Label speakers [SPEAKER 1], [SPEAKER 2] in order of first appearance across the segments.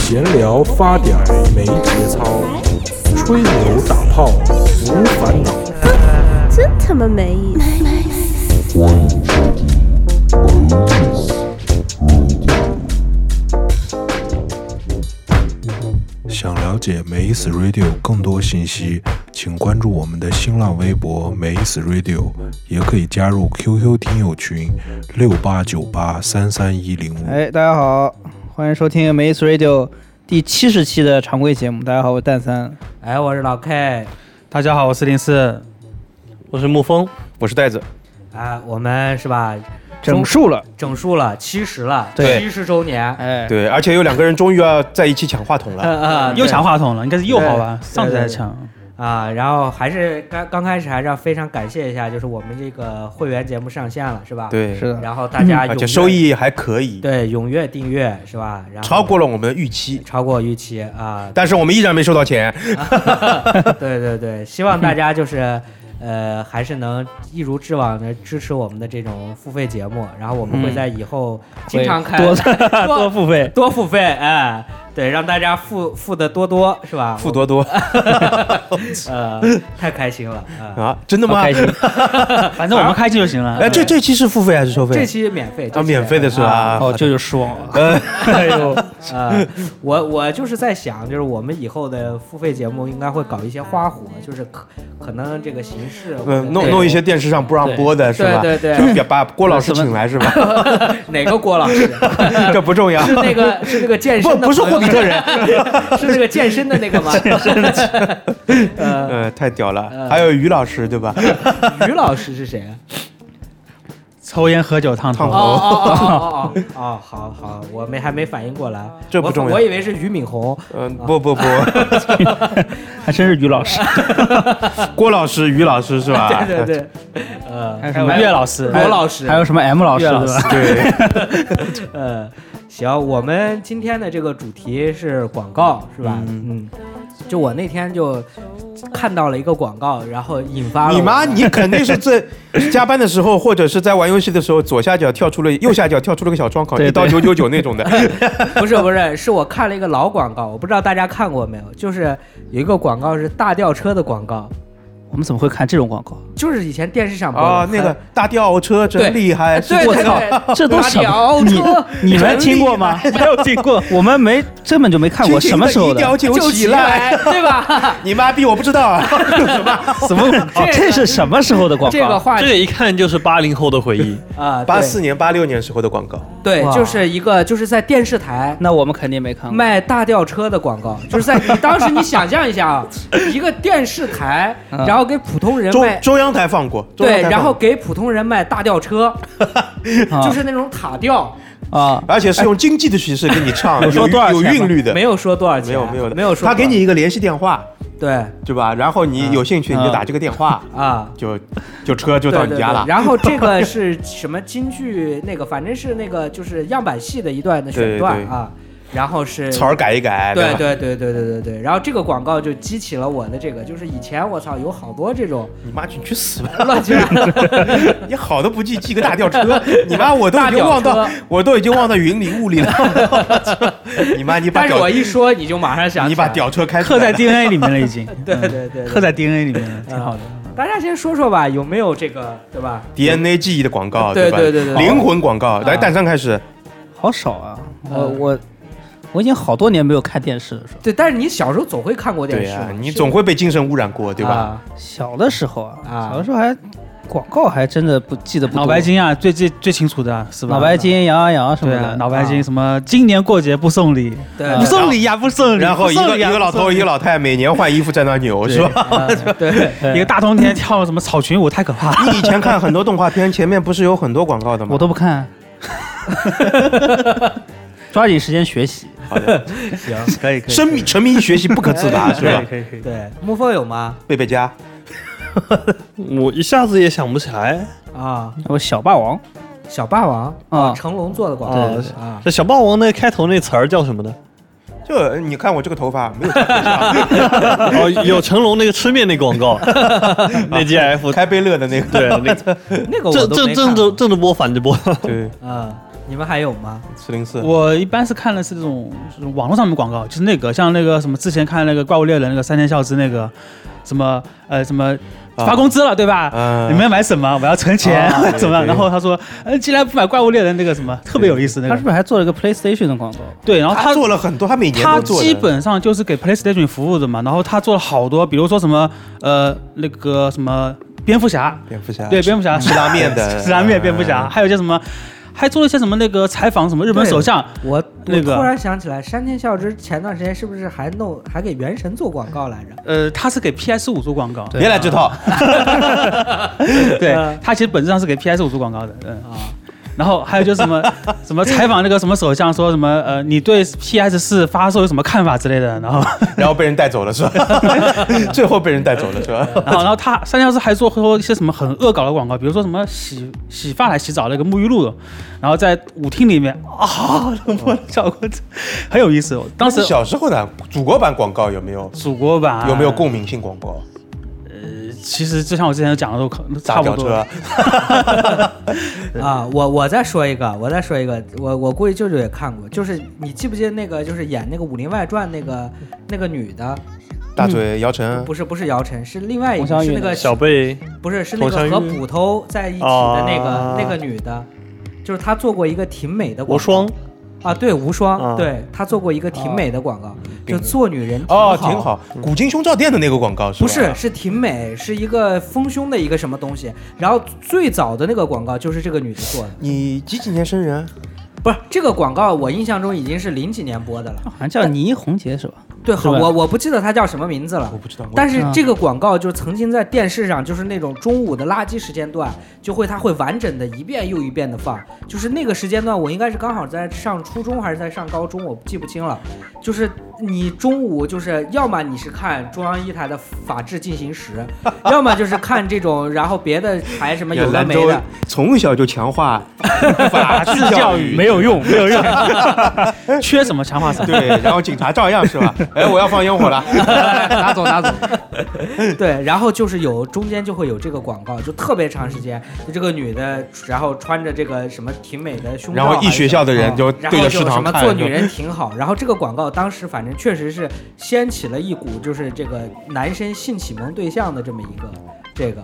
[SPEAKER 1] 闲聊发点儿没节操，吹牛打炮无烦恼。
[SPEAKER 2] 真他妈没意思！
[SPEAKER 1] 想了解梅意思 Radio 更多信息，请关注我们的新浪微博梅意思 Radio，也可以加入 QQ 听友群六八九八三三一零五。
[SPEAKER 3] 哎，大家好，欢迎收听《梅 Radio》第七十期的常规节目。大家好，我是蛋三。
[SPEAKER 4] 哎，我是老 K，
[SPEAKER 5] 大家好，我是林四，我是沐风，我是袋子。
[SPEAKER 4] 哎，我们是吧，
[SPEAKER 3] 整数了，
[SPEAKER 4] 整数了，七十了，
[SPEAKER 5] 对
[SPEAKER 4] 七十周年，
[SPEAKER 3] 哎，
[SPEAKER 6] 对，而且有两个人终于要在一起抢话筒了。
[SPEAKER 4] 嗯嗯，
[SPEAKER 5] 哎又
[SPEAKER 4] 对
[SPEAKER 5] 抢话筒了，应该是右好吧？
[SPEAKER 4] 对
[SPEAKER 5] 上次还抢。
[SPEAKER 4] 啊，然后还是刚刚开始还是要非常感谢一下，就是我们这个会员节目上线了，是吧？，
[SPEAKER 6] 对，嗯
[SPEAKER 3] 是的，
[SPEAKER 4] 然后大家
[SPEAKER 6] 而
[SPEAKER 4] 踊
[SPEAKER 6] 且
[SPEAKER 4] 跃
[SPEAKER 6] 收益还可以，
[SPEAKER 4] 对踊跃订阅是吧？然后
[SPEAKER 6] 超过了我们的预期，
[SPEAKER 4] 超过预期 啊，
[SPEAKER 6] 但是我们依然没收到钱。
[SPEAKER 4] 对对对，希望大家就是。呃，还是能一如既往的支持我们的这种付费节目，然后我们会在以后经常
[SPEAKER 6] 嗯
[SPEAKER 4] 开、
[SPEAKER 3] 多多付费，
[SPEAKER 4] 多付费，哎，对，让大家付付的多多是吧？
[SPEAKER 6] 付 多多
[SPEAKER 4] 呃，太开心 了啊！
[SPEAKER 6] 啊，真的
[SPEAKER 3] 好
[SPEAKER 6] 吗？
[SPEAKER 3] 开心。
[SPEAKER 5] 反正我们开心就行了。
[SPEAKER 6] 哎，这这期是付费还是收费？
[SPEAKER 4] 这期免费
[SPEAKER 6] 啊，免费的是？吧？
[SPEAKER 5] 哦，舅舅失望了。
[SPEAKER 3] 哎呦，
[SPEAKER 4] 这期免费啊，我我就是在想，就是我们以后的付费节目应该会搞一些花火，就是可可能这个形式，
[SPEAKER 6] 嗯，弄弄一些电视上不让播的是吧？
[SPEAKER 4] 对对对
[SPEAKER 6] 就别把郭老师请 来是吧？
[SPEAKER 4] 哪个郭 老师？
[SPEAKER 6] 这不重要，
[SPEAKER 4] 是 那个是那个健
[SPEAKER 6] 不
[SPEAKER 4] 身的，
[SPEAKER 6] 不是霍比特，人。
[SPEAKER 4] 是那个健身的那 个吗？
[SPEAKER 6] 呃，太屌
[SPEAKER 4] 嗯
[SPEAKER 6] 了，还有于老师对吧？
[SPEAKER 4] 于老师是谁啊？
[SPEAKER 5] 抽烟喝酒烫头
[SPEAKER 6] 烫
[SPEAKER 4] 哦
[SPEAKER 6] 头
[SPEAKER 4] 哦哦哦哦哦，好好，我没还没反应过来，
[SPEAKER 6] 这不重要
[SPEAKER 4] 我我以为是俞敏洪，
[SPEAKER 6] 嗯，不不不，
[SPEAKER 5] 还真是于老师，
[SPEAKER 6] 郭老师、于老师是吧？
[SPEAKER 4] 对对 对，呃，
[SPEAKER 3] 还有
[SPEAKER 5] 还有岳老师，
[SPEAKER 3] 哎
[SPEAKER 4] 罗老师
[SPEAKER 5] 还有什么 M 老师，
[SPEAKER 4] 岳老
[SPEAKER 5] 对
[SPEAKER 4] 师
[SPEAKER 5] 吧？
[SPEAKER 6] 对，
[SPEAKER 4] 呃，行，我们今天的这个主题是广告，是吧？嗯，就我那天就看到了一个广告，然后引发了
[SPEAKER 6] 你妈，
[SPEAKER 4] 我
[SPEAKER 6] 你肯定是在 加班的时候，或者是在玩游戏的时候，左下角跳出了，右下角跳出了个小窗口，
[SPEAKER 5] 对对
[SPEAKER 6] 一刀九九九那 种的。
[SPEAKER 4] 不是不是，是我看了一个老广告，我不知道大家看过没有，就是有一个广告是大吊车的广告，
[SPEAKER 5] 我们怎么会看这种广告？
[SPEAKER 4] 就是以前电视上播的哎
[SPEAKER 6] 啊，那个大吊车真厉害，是
[SPEAKER 4] 对
[SPEAKER 6] 我
[SPEAKER 4] 对
[SPEAKER 6] 操，
[SPEAKER 3] 哦
[SPEAKER 4] 对，
[SPEAKER 5] 这都
[SPEAKER 4] 大
[SPEAKER 5] 什
[SPEAKER 4] 吊
[SPEAKER 5] 么？
[SPEAKER 4] 车。
[SPEAKER 5] 你们听过 吗？没有听过，我们没根本就没看过。什么时候
[SPEAKER 6] 一
[SPEAKER 5] 的
[SPEAKER 6] 吊？九
[SPEAKER 4] 就
[SPEAKER 6] 起
[SPEAKER 4] 来
[SPEAKER 6] 来？，
[SPEAKER 4] 对 吧？
[SPEAKER 6] 你妈逼，我不知 道啊！
[SPEAKER 5] 什么？哦
[SPEAKER 4] 这个
[SPEAKER 5] 这是什么时候的广
[SPEAKER 4] 这个
[SPEAKER 5] 告？
[SPEAKER 4] 话
[SPEAKER 7] 这
[SPEAKER 4] 题
[SPEAKER 7] 个一看就是八零后的回忆，
[SPEAKER 4] 啊，
[SPEAKER 6] 八
[SPEAKER 4] 对
[SPEAKER 6] 四年、八六年时候的广告，
[SPEAKER 4] 对，
[SPEAKER 5] 哇
[SPEAKER 4] 就是一个就是在电视台
[SPEAKER 3] 那我们肯定没看过。
[SPEAKER 4] 卖大吊车的广告， 就是在你当时你想象一下啊，一个电视台，
[SPEAKER 3] 嗯
[SPEAKER 4] 然后给普通人卖
[SPEAKER 6] 中。中央台放过，中央
[SPEAKER 4] 对，
[SPEAKER 6] 台放过嗯
[SPEAKER 4] 然后给普通人卖大吊车，就是那种塔吊，
[SPEAKER 3] 啊，
[SPEAKER 6] 而且是用经济的形式给你 唱，
[SPEAKER 5] 有说
[SPEAKER 6] 有
[SPEAKER 5] 多少
[SPEAKER 6] 有
[SPEAKER 5] 钱吗
[SPEAKER 6] 韵律的，
[SPEAKER 4] 没有说多少钱，
[SPEAKER 6] 没有没有的，
[SPEAKER 4] 没有说多少。
[SPEAKER 6] 他给你一个联系电话，
[SPEAKER 4] 对
[SPEAKER 6] 对吧？然后你有兴趣你就打这个电话，
[SPEAKER 4] 啊，
[SPEAKER 6] 就就车就
[SPEAKER 4] 对
[SPEAKER 6] 到
[SPEAKER 4] 对嗯
[SPEAKER 6] 你
[SPEAKER 4] 对
[SPEAKER 6] 家了。
[SPEAKER 4] 然后这个是什么京剧？那个反正是那个就是样板戏的一段的选
[SPEAKER 6] 对
[SPEAKER 4] 段
[SPEAKER 6] 对
[SPEAKER 4] 啊，然后是
[SPEAKER 6] 词儿改一改，
[SPEAKER 4] 对
[SPEAKER 6] 吧，
[SPEAKER 4] 对对对对对对，然后这个广告就激起了我的这个，就是以前我操有好多这种
[SPEAKER 6] 你妈去你去死吧！
[SPEAKER 4] 乱七八糟的
[SPEAKER 6] 你好的不记，记个大吊车，你妈我都已经忘
[SPEAKER 4] 大吊
[SPEAKER 6] 到
[SPEAKER 4] 车，
[SPEAKER 6] 我都已经忘到云里雾里了。 你妈你把
[SPEAKER 4] 但是
[SPEAKER 6] 吊
[SPEAKER 4] 我，一说你就马上想起来，
[SPEAKER 6] 你把吊车开出
[SPEAKER 5] 刻
[SPEAKER 6] 来
[SPEAKER 5] 在 DNA 里面了，已经。嗯
[SPEAKER 4] 对对对对
[SPEAKER 5] 刻在 DNA 里面了，挺好的。
[SPEAKER 4] 大家先说说吧，有没有这个对吧？
[SPEAKER 6] DNA 记忆的广告，
[SPEAKER 4] 对
[SPEAKER 6] 吧？
[SPEAKER 4] 对对对啊对
[SPEAKER 6] 灵魂广告，来蛋上开始，
[SPEAKER 3] 好少啊！我
[SPEAKER 4] 嗯
[SPEAKER 3] 我我已经好多年没有看电视了，说
[SPEAKER 4] 对，但是你小时候总会看过电
[SPEAKER 6] 对
[SPEAKER 4] 视
[SPEAKER 6] 呀
[SPEAKER 4] 嘛，，
[SPEAKER 6] 你
[SPEAKER 4] 是
[SPEAKER 6] 总会被精神污染过，对吧？
[SPEAKER 4] 啊
[SPEAKER 3] 小的时候啊，
[SPEAKER 4] 啊
[SPEAKER 3] 小的时候还广告还真的不记得不多
[SPEAKER 5] 脑白，金啊，最最最清楚的是吧？
[SPEAKER 3] 脑白金、羊羊羊什么
[SPEAKER 5] 对啊，
[SPEAKER 3] 的，
[SPEAKER 5] 脑白金什么？今年过节不送礼，
[SPEAKER 4] 对
[SPEAKER 5] 不送礼呀，不送礼。
[SPEAKER 6] 然后
[SPEAKER 5] 不
[SPEAKER 6] 一
[SPEAKER 5] 送
[SPEAKER 6] 个一
[SPEAKER 5] 礼呀
[SPEAKER 6] 个老头一个，老太每年换衣服在那扭，是吧？
[SPEAKER 4] 啊对，
[SPEAKER 5] 不送礼一个大冬天跳什么草裙舞，太可怕了。
[SPEAKER 6] 你以前看很多动画片，前面不是有很多广告的吗？
[SPEAKER 3] 我都不看。抓紧时间学习，
[SPEAKER 5] 可以可
[SPEAKER 6] 沉迷沉迷学习不可自拔，是吧？
[SPEAKER 5] 可以可以。
[SPEAKER 4] 对，沐风有吗？
[SPEAKER 6] 贝贝佳，
[SPEAKER 7] 我一下子也想不起来。
[SPEAKER 4] 啊，
[SPEAKER 3] 我小霸王
[SPEAKER 4] 小霸王
[SPEAKER 3] 啊，
[SPEAKER 4] 成龙做的广
[SPEAKER 7] 哦
[SPEAKER 4] 告
[SPEAKER 7] 是
[SPEAKER 4] 啊，
[SPEAKER 7] 这小霸王那开头那词儿叫什么的？
[SPEAKER 6] 就你看我这个头发没有
[SPEAKER 7] 哦，有成龙那个吃面那广告， 那 GF
[SPEAKER 6] 开贝勒的那个，
[SPEAKER 7] 对，那
[SPEAKER 4] 那个我
[SPEAKER 7] 正
[SPEAKER 4] 都
[SPEAKER 7] 正
[SPEAKER 4] 没
[SPEAKER 7] 正
[SPEAKER 4] 看过
[SPEAKER 7] 着正着播反着播，
[SPEAKER 6] 对，
[SPEAKER 4] 啊，你们还有吗？
[SPEAKER 6] 四零四，
[SPEAKER 5] 我一般是看的是这种这种网络上面广告，就是那个像那个什么之前看那个《怪物猎人》那个三天孝之那个，什么呃什么
[SPEAKER 6] 啊
[SPEAKER 5] 发工资了对吧？
[SPEAKER 6] 嗯
[SPEAKER 7] 啊
[SPEAKER 5] 你们要买 什么？我要存钱
[SPEAKER 6] 啊
[SPEAKER 5] 怎么
[SPEAKER 6] 对
[SPEAKER 5] 样？
[SPEAKER 6] 对
[SPEAKER 5] 然后他说，呃，既然不买《怪物猎人》那个什么，特别有意思那
[SPEAKER 3] 他是
[SPEAKER 5] 个。
[SPEAKER 3] 不是还做了个 PlayStation 的广告？
[SPEAKER 5] 对，然后
[SPEAKER 6] 他
[SPEAKER 5] 啊他
[SPEAKER 6] 做了很多，他每年
[SPEAKER 5] 他
[SPEAKER 6] 都做的。
[SPEAKER 5] 基本上就是给 PlayStation 服务的嘛，然后他做了好多，比如说什么呃那个什么蝙蝠侠，
[SPEAKER 6] 蝙蝠侠
[SPEAKER 5] 对，蝙蝠侠
[SPEAKER 6] 啊吃拉面的
[SPEAKER 5] 吃 拉面蝙蝠侠，
[SPEAKER 6] 嗯
[SPEAKER 5] 还有一些什么，还做了一些什么那个采访什么日本
[SPEAKER 4] 对
[SPEAKER 5] 首相，
[SPEAKER 4] 我
[SPEAKER 5] 那个
[SPEAKER 4] 我突然想起来，山田孝之前段时间是不是还弄还给《原神》做广告来着？
[SPEAKER 5] 呃，他是给 PS 五做广告，
[SPEAKER 6] 别来这套，
[SPEAKER 5] 对
[SPEAKER 4] 嗯，
[SPEAKER 5] 他其实本质上是给 PS 五做广告的，嗯。
[SPEAKER 4] 啊，
[SPEAKER 5] 然后还有就是 什么什么采访那个什么首相说什么呃，你对 PS 四发售有什么看法之类的，然后
[SPEAKER 6] 然后被人带走了是吧？最后被人带走了是吧？
[SPEAKER 5] 然后，然后他三教师还做说一些什么很恶搞的广告，比如说什么洗洗发还洗澡那个沐浴露，然后在舞厅里面啊， 冷漠的效果很有意思。当时
[SPEAKER 6] 小时候呢，祖国版广告有没有？
[SPEAKER 5] 祖国版
[SPEAKER 6] 有没有？共鸣性广告？
[SPEAKER 5] 其实就像我之前讲的都可
[SPEAKER 6] 砸
[SPEAKER 5] 差不
[SPEAKER 6] 脚
[SPEAKER 5] 多
[SPEAKER 6] 车。，
[SPEAKER 4] 啊，我我再说一个，我再说一个，我我估计舅舅也看过，就是你记不记得那个就是演那个《武林外传》那个那个女的，
[SPEAKER 6] 大嘴姚晨
[SPEAKER 4] 不是不是姚晨，是另外一个
[SPEAKER 3] 佟湘
[SPEAKER 4] 是
[SPEAKER 3] 玉
[SPEAKER 4] 那个
[SPEAKER 7] 小贝
[SPEAKER 4] 不是是那
[SPEAKER 7] 佟
[SPEAKER 4] 个
[SPEAKER 7] 湘玉
[SPEAKER 4] 和捕头在一起的那个、
[SPEAKER 7] 啊
[SPEAKER 4] 那个女的，就是她做过一个挺美的广告
[SPEAKER 7] 无双，
[SPEAKER 4] 啊，对无双，
[SPEAKER 7] 啊
[SPEAKER 4] 对她做过一个挺美的广告，就
[SPEAKER 6] 并
[SPEAKER 4] 做女人
[SPEAKER 6] 哦，挺。好，古今胸罩店的那个广告是吧？
[SPEAKER 4] 不是，是挺美，是一个丰胸的一个什么东西。然后最早的那个广告就是这个女的做的，
[SPEAKER 6] 你几几年生人？
[SPEAKER 4] 不是这个广告，我印象中已经是零几年播的了。
[SPEAKER 3] 好像叫倪虹洁是吧？
[SPEAKER 4] 对，好，
[SPEAKER 5] 吧
[SPEAKER 4] 我我不记得它叫什么名字了
[SPEAKER 6] 我。不知道，
[SPEAKER 4] 但是这个广告就曾经在电视上，就是那种中午的垃圾时间段，就会它会完整的一遍又一遍的放。就是那个时间段，我应该是刚好在上初中还是在上高中，我记不清了。就是你中午就是要么你是看中央一台的《法制进行 时》，要么就是看这种，然后别的台什么有的
[SPEAKER 6] 兰
[SPEAKER 4] 没
[SPEAKER 6] 州
[SPEAKER 4] 的。
[SPEAKER 6] 从小就强 化法治教育，
[SPEAKER 5] 没 有用，没有用，缺什么强化什么。
[SPEAKER 6] 对，然后警察照样是吧？哎，我要放烟火了，
[SPEAKER 3] 拿走拿走，
[SPEAKER 4] 对，然后就是有中间就会有这个广告，就特别长时间，就这个女的，然后穿着这个什么挺美的胸罩
[SPEAKER 6] 然
[SPEAKER 4] 还是什么，
[SPEAKER 6] 后一学校的人就
[SPEAKER 4] 然
[SPEAKER 6] 对
[SPEAKER 4] 后
[SPEAKER 6] 着
[SPEAKER 4] 就
[SPEAKER 6] 食
[SPEAKER 4] 什
[SPEAKER 6] 堂
[SPEAKER 4] 么
[SPEAKER 6] 看，
[SPEAKER 4] 做女人挺好，然后这个广告当时反正确实是掀起了一股就是这个男生性启蒙对象的这么一个这个，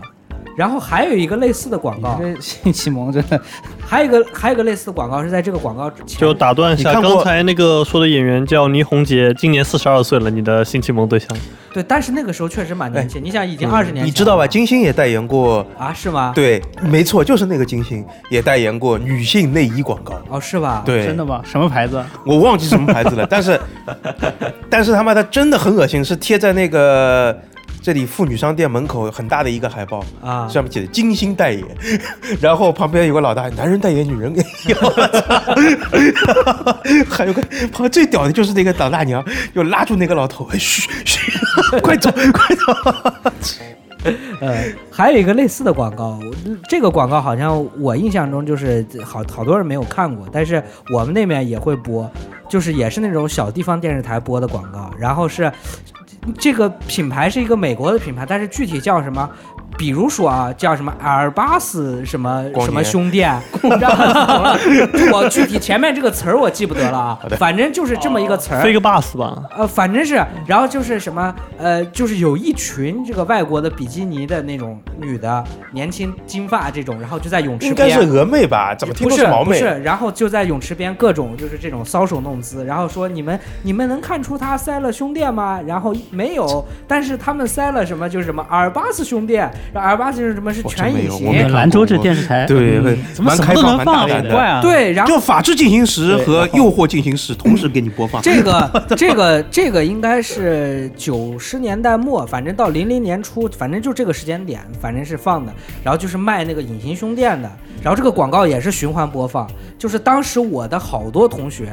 [SPEAKER 4] 然后还有一个类似的广告，
[SPEAKER 3] 这性启蒙真的
[SPEAKER 4] 还有一个还有一个类似的广告是在这个广告之前
[SPEAKER 7] 就打断一下，
[SPEAKER 6] 你看过
[SPEAKER 7] 刚才那个说的演员叫倪虹洁，今年四十二岁了，你的性启蒙对象
[SPEAKER 4] 对，但是那个时候确实蛮年轻，你想已经二十年前了，
[SPEAKER 6] 哎你知道吧？金星也代言过，
[SPEAKER 4] 啊是吗？，
[SPEAKER 6] 对，没错，就是那个金星也代言过女性内衣广告。
[SPEAKER 4] 哦是吧？，
[SPEAKER 6] 对，
[SPEAKER 3] 真的吗？什么牌子啊？
[SPEAKER 6] 我忘记什么牌子了，但是，但是他妈的真的很恶心，是贴在那个这里妇女商店门口很大的一个海报，
[SPEAKER 4] 啊
[SPEAKER 6] 上面写着“金星代言”，然后旁边有个老大，男人代言女人， 还有个旁边最屌的就是那个老大娘，就拉住那个老头，哎嘘嘘， 快走快走，
[SPEAKER 4] 呃，还有一个类似的广告，嗯这个广告好像我印象中就是好好多人没有看过，但是我们那边也会播，就是也是那种小地方电视台播的广告，然后是这个品牌是一个美国的品牌，但是具体叫什么？比如说啊，叫什么阿尔巴斯什么
[SPEAKER 6] 光年
[SPEAKER 4] 什么胸垫， 然后我具体前面这个词儿我记不得了啊，反正就是这么一个词儿。
[SPEAKER 7] ，Fake Bus 吧？
[SPEAKER 4] 呃，反正是，然后就是什么，呃，就是有一群这个外国的比基尼的那种女的，年轻金发这种，然后就在泳池
[SPEAKER 6] 应该是
[SPEAKER 4] 边，
[SPEAKER 6] 峨眉吧？怎么听
[SPEAKER 4] 不
[SPEAKER 6] 都
[SPEAKER 4] 是
[SPEAKER 6] 毛
[SPEAKER 4] 不
[SPEAKER 6] 妹
[SPEAKER 4] 是，，然后就在泳池边各种就是这种搔首弄姿，然后说你们你们能看出她塞了胸垫吗？然后没有，但是他们塞了什么就是什么阿尔巴斯胸垫，然后阿尔巴斯是什么是
[SPEAKER 6] 我真
[SPEAKER 4] 全
[SPEAKER 6] 没
[SPEAKER 4] 隐
[SPEAKER 6] 有
[SPEAKER 4] 形
[SPEAKER 6] 我没看，过
[SPEAKER 3] 兰州这电视台，
[SPEAKER 6] 对，会
[SPEAKER 5] 怎么
[SPEAKER 6] 蛮
[SPEAKER 5] 什
[SPEAKER 6] 开
[SPEAKER 5] 么都
[SPEAKER 6] 放
[SPEAKER 5] 能
[SPEAKER 6] 蛮
[SPEAKER 5] 放
[SPEAKER 6] 大
[SPEAKER 5] 啊，
[SPEAKER 6] 胆
[SPEAKER 5] 很
[SPEAKER 6] 的，
[SPEAKER 5] 怪啊！，
[SPEAKER 4] 对，然后
[SPEAKER 6] 就《法制进行时》和《诱惑进 行时》同时给你播 放。
[SPEAKER 4] 这个这个这个应该是九十年代末，反正到零零年初，反正就这个时间点，反正是放的。然后就是卖那个隐形胸垫的，然后这个广告也是循环播放。就是当时我的好多同学。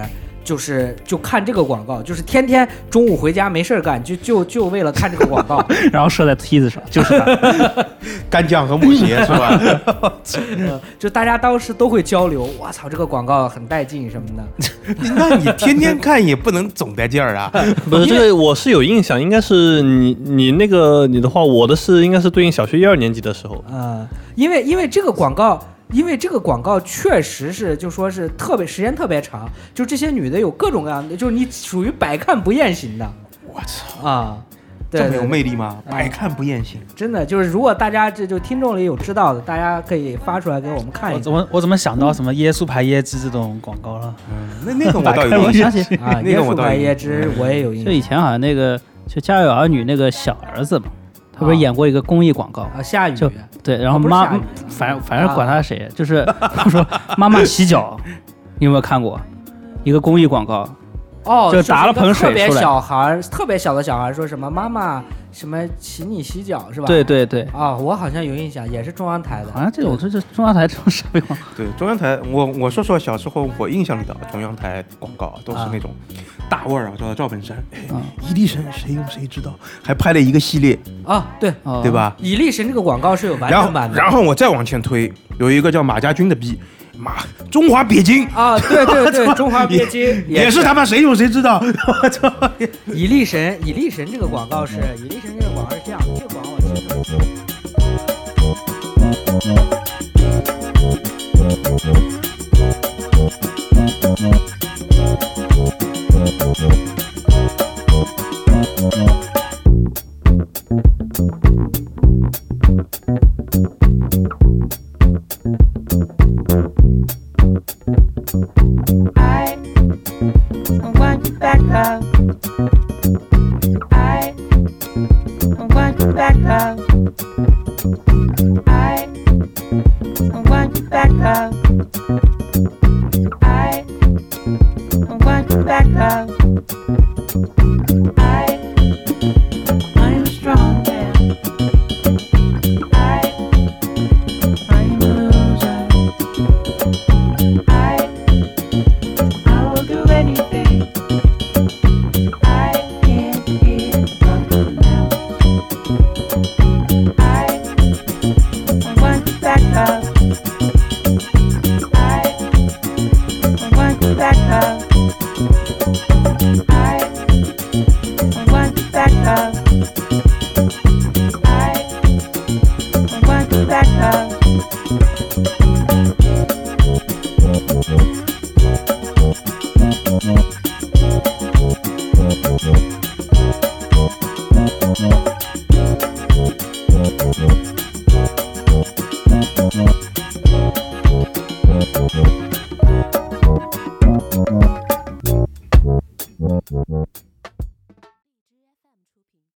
[SPEAKER 4] 就是就看这个广告，就是天天中午回家没事儿干，就 就就为了看这个广告。
[SPEAKER 3] 然后射在梯子 上，就是他。
[SPEAKER 6] 干将和母鞋是吧？
[SPEAKER 4] 呃就大家当时都会交流，我操，这个广告很带劲什么的。
[SPEAKER 6] 那你天天看也不能总在这 儿啊。
[SPEAKER 7] 不是这个，我是有印象，应该是你你那个你的话，我的是应该是对应小学一二年级的时候，
[SPEAKER 4] 呃，因为因为这个广告，因为这个广告确实是就说是特别时间特别长，就这些女的有各种各样的，就是你属于百看不厌型的
[SPEAKER 6] 我操，
[SPEAKER 4] 啊。对
[SPEAKER 6] 这么
[SPEAKER 4] 对
[SPEAKER 6] 有魅力吗？
[SPEAKER 4] 嗯
[SPEAKER 6] 百看不厌新。
[SPEAKER 4] 真的就是，如果大家这就听众里有知道的，大家可以发出来给我们看
[SPEAKER 5] 我
[SPEAKER 4] 一
[SPEAKER 5] 怎么我怎么想到什么耶稣牌椰汁这种广告了？
[SPEAKER 6] 嗯，那 那个我倒有
[SPEAKER 3] 我
[SPEAKER 6] 印
[SPEAKER 3] 想
[SPEAKER 6] 象。
[SPEAKER 3] 起
[SPEAKER 4] 看啊。
[SPEAKER 6] 那个
[SPEAKER 4] 椰
[SPEAKER 6] 我
[SPEAKER 4] 树
[SPEAKER 6] 倒
[SPEAKER 4] 白
[SPEAKER 6] 有
[SPEAKER 4] 椰汁我也有印
[SPEAKER 6] 嗯
[SPEAKER 3] 就
[SPEAKER 4] 象
[SPEAKER 3] 以前好像那个就《家有儿女》那个小儿子嘛，他不是
[SPEAKER 4] 啊
[SPEAKER 3] 演过一个公益广告？
[SPEAKER 4] 啊，下雨
[SPEAKER 3] 就对，
[SPEAKER 6] 啊
[SPEAKER 3] 然后
[SPEAKER 4] 不是
[SPEAKER 3] 妈
[SPEAKER 4] 下雨，
[SPEAKER 3] 反反正管他谁，就是我 说妈妈洗脚，你有没有看过一个公益广告？
[SPEAKER 4] 哦，
[SPEAKER 3] 就是打了
[SPEAKER 4] 一个
[SPEAKER 3] 盆水
[SPEAKER 4] 特别
[SPEAKER 3] 出来
[SPEAKER 4] 小孩儿，特别小的小孩儿说什么妈妈什么洗你洗脚是吧？
[SPEAKER 3] 对对对，
[SPEAKER 4] 啊、我好像有印象，也是中央台的。
[SPEAKER 3] 好像这种这这中央台这种什么广
[SPEAKER 6] 对中央台，我我说实话，小时候我印象里的中央台广告都是那种
[SPEAKER 4] 嗯
[SPEAKER 6] 大腕儿啊，叫赵本山，哎
[SPEAKER 3] 嗯
[SPEAKER 6] 一粒神谁用谁知道，还拍了一个系列，
[SPEAKER 4] 啊，对，
[SPEAKER 3] 告，哦
[SPEAKER 6] 对？吧？
[SPEAKER 4] 以力神这个广告是有完
[SPEAKER 6] 然
[SPEAKER 4] 整
[SPEAKER 6] 后
[SPEAKER 4] 版的。
[SPEAKER 6] 然后我再往前推，有一个叫马家军的逼，马中华鳖精。
[SPEAKER 4] 啊，对对 对，中华鳖精
[SPEAKER 6] 也是他妈谁用谁知道，
[SPEAKER 4] 以力神，以力神这个广告是，以力神这个广告是这样，这个广告我记得。
[SPEAKER 8] I want you back up. I want you back up. I want you back up. I want you back up. I I am strong. yeah. I I am a loser. I I will do anything. I can't hear nothing now. I I want you back up. I I want you back up. I I want you back up. I I want you back up.